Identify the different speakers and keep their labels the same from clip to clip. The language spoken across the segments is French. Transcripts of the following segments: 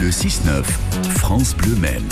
Speaker 1: Le 6-9, France Bleu Maine.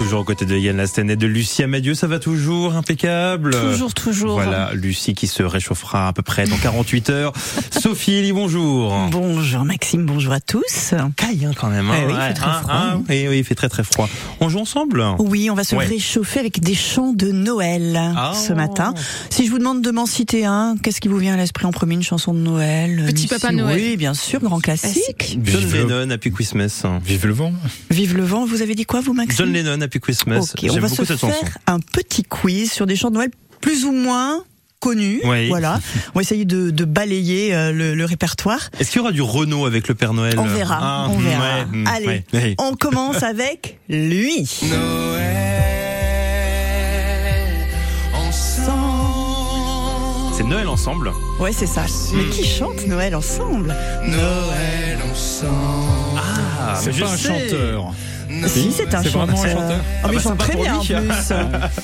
Speaker 2: Toujours aux côtés de Yann Lastanet, de Lucie Amadieu, ça va toujours impeccable.
Speaker 3: Toujours, toujours.
Speaker 2: Euh, Voilà, Lucie qui se réchauffera à peu près dans 48 heures. Sophie Elie, bonjour.
Speaker 3: Bonjour Maxime, bonjour à tous.
Speaker 2: Caille hein, quand même.
Speaker 3: Eh oui, il fait très froid.
Speaker 2: et oui, il fait très très froid. On joue ensemble
Speaker 3: Oui, on va se
Speaker 2: Ouais.
Speaker 3: réchauffer avec des chants de Noël
Speaker 2: Ah.
Speaker 3: ce matin. Si je vous demande de m'en citer un, qu'est-ce qui vous vient à l'esprit en premier Une chanson de Noël
Speaker 4: Petit
Speaker 3: Missy-
Speaker 4: Papa Noël.
Speaker 3: Oui, bien sûr, grand classique.
Speaker 2: John
Speaker 5: Vive le-
Speaker 2: Lennon, Happy Christmas.
Speaker 5: Vive le vent.
Speaker 3: Vive le vent, vous avez dit quoi vous Maxime
Speaker 2: John Lennon, Happy Christmas.
Speaker 3: Ok, on
Speaker 2: J'aime
Speaker 3: va
Speaker 2: beaucoup
Speaker 3: se
Speaker 2: cette
Speaker 3: faire
Speaker 2: chanson.
Speaker 3: un petit quiz sur des chants de Noël plus ou moins connus.
Speaker 2: Oui.
Speaker 3: Voilà, on va essayer de, de balayer euh, le- le répertoire.
Speaker 2: Est-ce qu'il y aura du Renault avec le Père Noël
Speaker 3: On verra,
Speaker 2: Ah,
Speaker 3: on
Speaker 2: ouais,
Speaker 3: verra.
Speaker 2: mm,
Speaker 3: Allez,
Speaker 2: ouais, ouais.
Speaker 3: on commence avec lui.
Speaker 2: C'est Noël ensemble.
Speaker 3: Ouais, c'est ça.
Speaker 5: Hmm.
Speaker 3: Mais qui chante Noël ensemble
Speaker 2: Ah, mais
Speaker 5: c'est
Speaker 2: je
Speaker 5: pas un
Speaker 2: sais.
Speaker 5: chanteur.
Speaker 3: Si, c'est un
Speaker 5: C'est
Speaker 3: chanteur.
Speaker 5: vraiment un chanteur
Speaker 3: Oh,
Speaker 5: Ah
Speaker 3: mais
Speaker 5: bah,
Speaker 3: ils sont
Speaker 5: c'est pas
Speaker 3: très
Speaker 5: pour
Speaker 3: bien en
Speaker 5: lui.
Speaker 3: plus.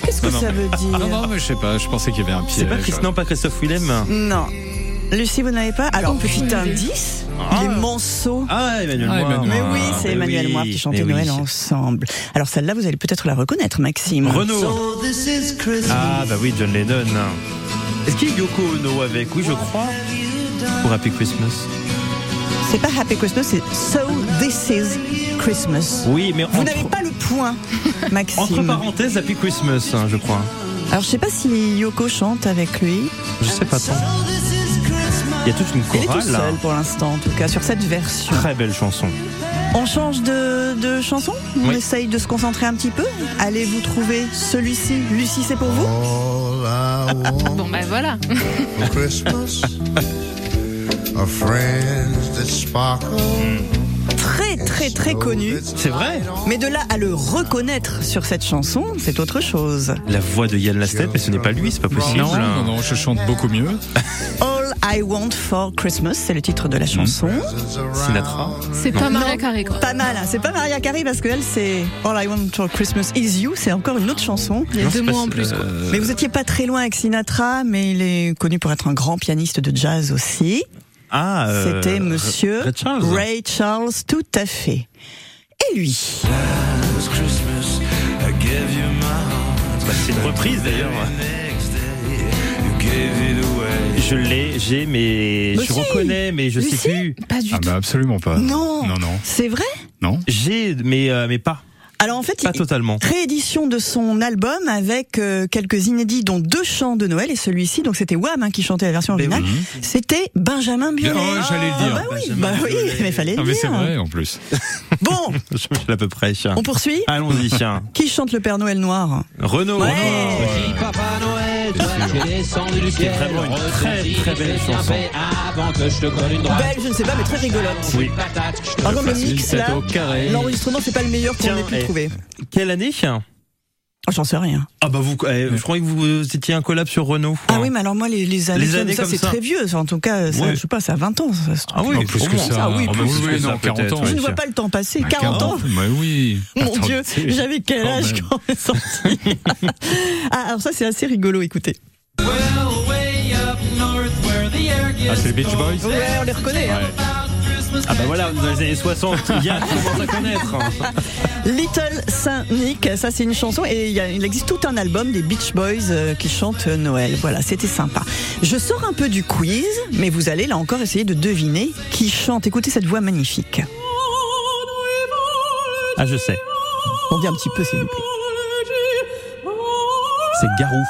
Speaker 3: Qu'est-ce que
Speaker 5: Non, non,
Speaker 3: ça
Speaker 5: mais-
Speaker 3: veut dire
Speaker 5: Ah, Non, non, mais je sais pas, je pensais qu'il y avait un piège.
Speaker 2: C'est pas Chris- non, pas Christophe Willem.
Speaker 3: Non. Lucie, vous n'avez pas Alors, petit indice, les manceaux.
Speaker 2: Ah, Emmanuel
Speaker 5: Ah,
Speaker 2: Moir.
Speaker 5: Emmanuel
Speaker 3: Mais
Speaker 5: Ah,
Speaker 3: oui, c'est
Speaker 2: Mais
Speaker 3: Emmanuel
Speaker 2: oui,
Speaker 3: Moir qui chantait
Speaker 2: mais oui.
Speaker 3: Noël ensemble. Alors celle-là, vous allez peut-être la reconnaître, Maxime.
Speaker 2: Renault. Ah, bah oui, John Lennon. Est-ce qu'il y a Yoko Ono avec Oui, je crois. Pour Happy Christmas.
Speaker 3: C'est pas Happy Christmas, c'est So This Is Christmas.
Speaker 2: Oui, mais
Speaker 3: Vous
Speaker 2: entre-
Speaker 3: n'avez pas le point, Maxime.
Speaker 2: Entre parenthèses, Happy Christmas, hein, je crois.
Speaker 3: Alors je sais pas si Yoko chante avec lui.
Speaker 2: Je sais pas tant. Il y a toute une
Speaker 3: Il est tout
Speaker 2: chorale là.
Speaker 3: seul pour l'instant, en tout cas, sur cette version.
Speaker 2: Très belle chanson.
Speaker 3: On change de, de chanson On
Speaker 2: Oui.
Speaker 3: essaye de se concentrer un petit peu Allez-vous trouver celui-ci Lucie, c'est pour vous
Speaker 6: All I want
Speaker 4: Bon, bah voilà.
Speaker 6: for Christmas are friends that sparkle.
Speaker 3: Très, très, très connu.
Speaker 2: C'est vrai
Speaker 3: Mais de là à le reconnaître sur cette chanson, c'est autre chose.
Speaker 2: La voix de Yann Lastet, mais ce n'est pas lui, c'est pas possible.
Speaker 5: Non,
Speaker 3: hein.
Speaker 5: non, non, je chante beaucoup mieux.
Speaker 3: All I Want for Christmas, c'est le titre de la chanson.
Speaker 2: Mm. Sinatra.
Speaker 4: C'est pas Maria
Speaker 3: Non.
Speaker 4: Carré, quoi.
Speaker 3: Pas mal, hein. c'est pas Maria Carey parce qu'elle, c'est All I Want for Christmas Is You, c'est encore une autre chanson.
Speaker 4: Il y a
Speaker 2: Non,
Speaker 4: deux
Speaker 2: c'est pas-
Speaker 4: mots en plus, quoi.
Speaker 2: euh,
Speaker 3: Mais vous étiez pas très loin avec Sinatra, mais il est connu pour être un grand pianiste de jazz aussi.
Speaker 2: Ah, euh,
Speaker 3: C'était monsieur
Speaker 2: Ray Charles.
Speaker 3: Ray Charles, tout à fait. Et lui
Speaker 2: Bah, c'est une reprise d'ailleurs. Je l'ai, j'ai, mais je
Speaker 3: Lucie
Speaker 2: reconnais, mais je
Speaker 3: Lucie
Speaker 2: sais plus. bah.
Speaker 4: Pas du
Speaker 5: Ah,
Speaker 4: tout.
Speaker 5: bah absolument pas.
Speaker 3: Non
Speaker 5: Non, non.
Speaker 3: C'est vrai
Speaker 5: Non.
Speaker 2: J'ai, mais, euh, mais pas.
Speaker 3: Alors en fait,
Speaker 2: Pas
Speaker 3: il-
Speaker 2: totalement.
Speaker 3: réédition de son album avec euh, quelques inédits, dont deux chants de Noël et celui-ci. Donc c'était Wham hein, qui chantait la version
Speaker 2: Ben
Speaker 3: originale. C'était Benjamin Biolay.
Speaker 5: Oh, j'allais le
Speaker 3: Ah,
Speaker 5: dire.
Speaker 3: bah oui,
Speaker 2: Benjamin
Speaker 3: bah oui,
Speaker 2: Biolay.
Speaker 3: mais fallait
Speaker 5: Ah,
Speaker 3: le
Speaker 5: mais
Speaker 3: dire.
Speaker 5: c'est vrai en plus.
Speaker 3: Bon,
Speaker 2: Je suis à peu près.
Speaker 3: on poursuit.
Speaker 2: Allons-y, chien.
Speaker 3: Qui chante le Père Noël noir
Speaker 2: Renault.
Speaker 3: Ouais.
Speaker 7: Papa Noël, toi qui es descendu du ciel,
Speaker 2: vraiment une très,
Speaker 7: ressentis
Speaker 2: très belle
Speaker 7: les
Speaker 2: chanson.
Speaker 7: bienfaits avant que je te colle une droite.
Speaker 3: Belle, je ne sais pas, mais très rigolote.
Speaker 2: Oui.
Speaker 7: Patate, que je te
Speaker 3: Par contre, le
Speaker 7: fasse une
Speaker 3: mix
Speaker 7: tête
Speaker 3: là,
Speaker 7: au carré.
Speaker 3: l'enregistrement, c'est pas le meilleur qu'on
Speaker 2: Tiens,
Speaker 3: ait pu
Speaker 2: eh.
Speaker 3: trouver.
Speaker 2: Quelle année, chien
Speaker 3: Oh, j'en sais rien.
Speaker 2: Ah bah vous, eh, je croyais que vous étiez un collab sur Renault.
Speaker 3: Ah oui, mais alors moi, les, les années,
Speaker 2: Les années
Speaker 3: ça,
Speaker 2: comme
Speaker 3: c'est
Speaker 2: ça.
Speaker 3: très vieux. ça, En tout cas, ça,
Speaker 2: Ouais.
Speaker 3: je sais pas, c'est à 20 ans, ça, ce truc.
Speaker 2: Ah oui,
Speaker 5: Non, plus
Speaker 2: au
Speaker 5: que
Speaker 2: moins.
Speaker 5: ça.
Speaker 2: Ah oui,
Speaker 5: Ah,
Speaker 2: plus
Speaker 5: oui,
Speaker 2: que
Speaker 5: oui,
Speaker 2: ça,
Speaker 5: non, 40 ans.
Speaker 2: peut-être,
Speaker 3: Je
Speaker 2: ouais.
Speaker 3: ne vois pas le temps passer. 40 ans
Speaker 5: Ah, Mais oui.
Speaker 3: Mon
Speaker 5: Attendez.
Speaker 3: Dieu, j'avais quel
Speaker 5: Quand
Speaker 3: âge
Speaker 5: même.
Speaker 3: quand on est sorti Ah, alors ça c'est assez rigolo, écoutez.
Speaker 7: Well, way up north where the air gets
Speaker 5: Ah, c'est les Beach Boys
Speaker 3: Ouais, on les reconnaît. hein.
Speaker 7: about Christmas
Speaker 2: Ah bah voilà, dans les années 60, il y a commence à connaître.
Speaker 3: Little Saint Nick, ça c'est une chanson et il, y a- il existe tout un album des Beach Boys euh, qui chantent euh, Noël. Voilà, c'était sympa. Je sors un peu du quiz, mais vous allez là encore essayer de deviner qui chante. Écoutez cette voix magnifique.
Speaker 2: Ah je sais,
Speaker 3: On dit un petit peu s'il vous plaît.
Speaker 2: c'est Garou.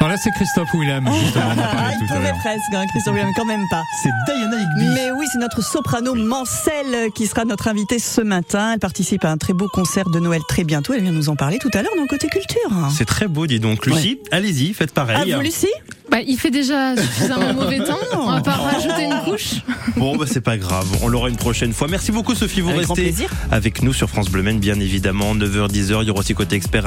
Speaker 5: Non, là, c'est Christophe Willem, justement, on en
Speaker 3: Ah,
Speaker 5: parlait
Speaker 3: il
Speaker 5: tout à
Speaker 3: pouvait
Speaker 5: l'heure.
Speaker 3: presque, hein, Christian William, quand même pas.
Speaker 2: C'est Diana Higby.
Speaker 3: Mais oui, c'est notre soprano Mancel euh, qui sera notre invitée ce matin. Elle participe à un très beau concert de Noël très bientôt. Elle vient nous en parler tout à l'heure dans le côté culture.
Speaker 2: C'est très beau, dis donc. Lucie, allez-y, faites
Speaker 3: À
Speaker 2: pareil.
Speaker 3: Ah, vous, Lucie
Speaker 4: Bah, il fait déjà suffisamment mauvais temps. On va pas rajouter une couche.
Speaker 2: bon, bah, c'est pas grave, on l'aura une prochaine fois. Merci beaucoup Sophie, vous
Speaker 3: Avec grand
Speaker 2: restez
Speaker 3: plaisir.
Speaker 2: avec nous sur France Bleu Maine, bien évidemment. 9h10h, il y aura aussi côté expert à